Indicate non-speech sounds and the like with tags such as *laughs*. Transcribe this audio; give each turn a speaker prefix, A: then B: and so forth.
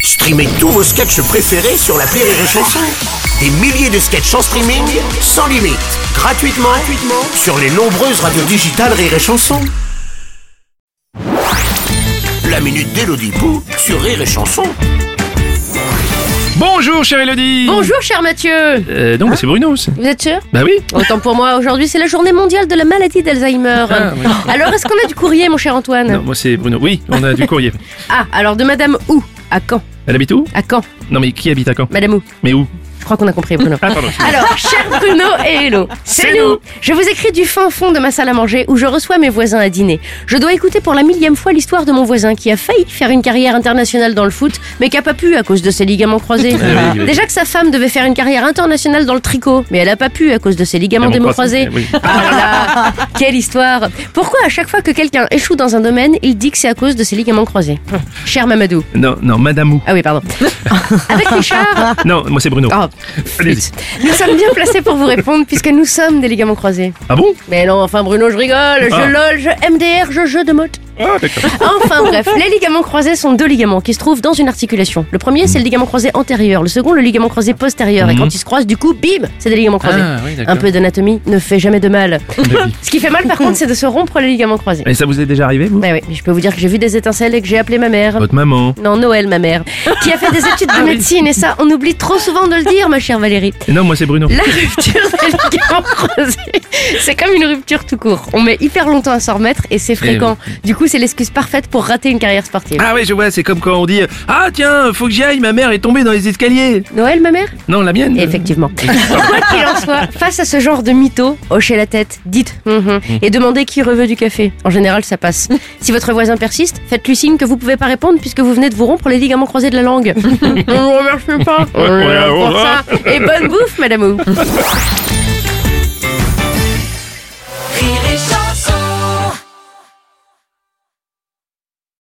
A: Streamez tous vos sketchs préférés sur la Rire et Chanson. Des milliers de sketchs en streaming, sans limite, gratuitement, gratuitement sur les nombreuses radios digitales Rire et Chanson. La minute d'Elodie Pou sur Rire et Chanson.
B: Bonjour chère Elodie
C: Bonjour cher Mathieu
B: euh, Non mais c'est Bruno c'est-
C: Vous êtes sûr
B: Bah oui
C: Autant pour moi, aujourd'hui c'est la journée mondiale de la maladie d'Alzheimer.
B: Ah, oui.
C: Alors est-ce qu'on a du courrier mon cher Antoine
B: Non moi c'est Bruno, oui on a du
C: *laughs*
B: courrier.
C: Ah, alors de Madame Où À quand
B: Elle habite où
C: À quand
B: Non mais qui habite à Caen
C: Madame Où
B: Mais où
C: Je crois qu'on a compris Bruno.
B: Ah pardon.
C: Alors, cher Bruno et Hello,
B: C'est nous.
C: Je vous écris du fin fond de ma salle à manger où je reçois mes voisins à dîner. Je dois écouter pour la millième fois l'histoire de mon voisin qui a failli faire une carrière internationale dans le foot, mais qui a pas pu à cause de ses ligaments croisés.
B: Ah oui, oui.
C: Déjà que sa femme devait faire une carrière internationale dans le tricot, mais elle a pas pu à cause de ses ligaments
B: Ligaments
C: démocrasés.
B: croisés, oui.
C: Ah là là, quelle histoire Pourquoi à chaque fois que quelqu'un échoue dans un domaine, il dit que c'est à cause de ses ligaments croisés Cher Mamadou.
B: Non, non, Madame où
C: Ah oui, pardon. Avec Richard,
B: Non, moi c'est Bruno.
C: Oh,
B: Allez-y.
C: nous sommes bien placés pour vous répondre puisque nous sommes des ligaments croisés.
B: Ah bon
C: Mais non, enfin Bruno, je rigole, je
B: Ah.
C: lol, je MDR, je jeu de mode.
B: Ah d'accord. *laughs*
C: Enfin bref, les ligaments croisés sont deux ligaments qui se trouvent dans une articulation. Le premier, c'est le ligament croisé antérieur, le second, le ligament croisé postérieur. Et
B: Mhm.
C: quand ils se croisent, du coup, bim, c'est des ligaments croisés.
B: Ah oui d'accord.
C: Un peu d'anatomie ne fait jamais
B: *laughs*
C: de mal.
B: Bah oui.
C: Ce qui fait mal par contre, c'est de se rompre les ligaments croisés.
B: Et ça vous est déjà arrivé vous
C: Bah oui, mais je peux vous dire que j'ai vu des étincelles et que j'ai appelé ma mère.
B: Votre Ah maman
C: Non, Noël, ma mère, qui a fait
B: *laughs*
C: des études de médecine, et ça, on oublie trop souvent de le dire, ma chère Valérie.
B: Non moi c'est Bruno.
C: La rupture *laughs* des ligaments croisés, c'est comme une rupture tout court. On met hyper longtemps à s'en remettre et c'est fréquent. Du coup, c'est l'excuse parfaite pour rater une carrière sportive.
B: Ah oui je vois, c'est comme quand on dit Ah tiens, faut que j'y aille, ma mère est tombée dans les escaliers.
C: Noël, ma mère
B: Non, la mienne.
C: Effectivement. Quoi qu'il en soit, face à ce genre de mytho, hochez la tête, dites mhm, et demandez qui reveut du café. En général, ça passe. Si votre voisin persiste, faites-lui signe que vous pouvez pas répondre puisque vous venez de vous rompre les ligaments croisés de la langue. On vous remercie pas. On est là pour ça. Et bonne bouffe, madame Ou.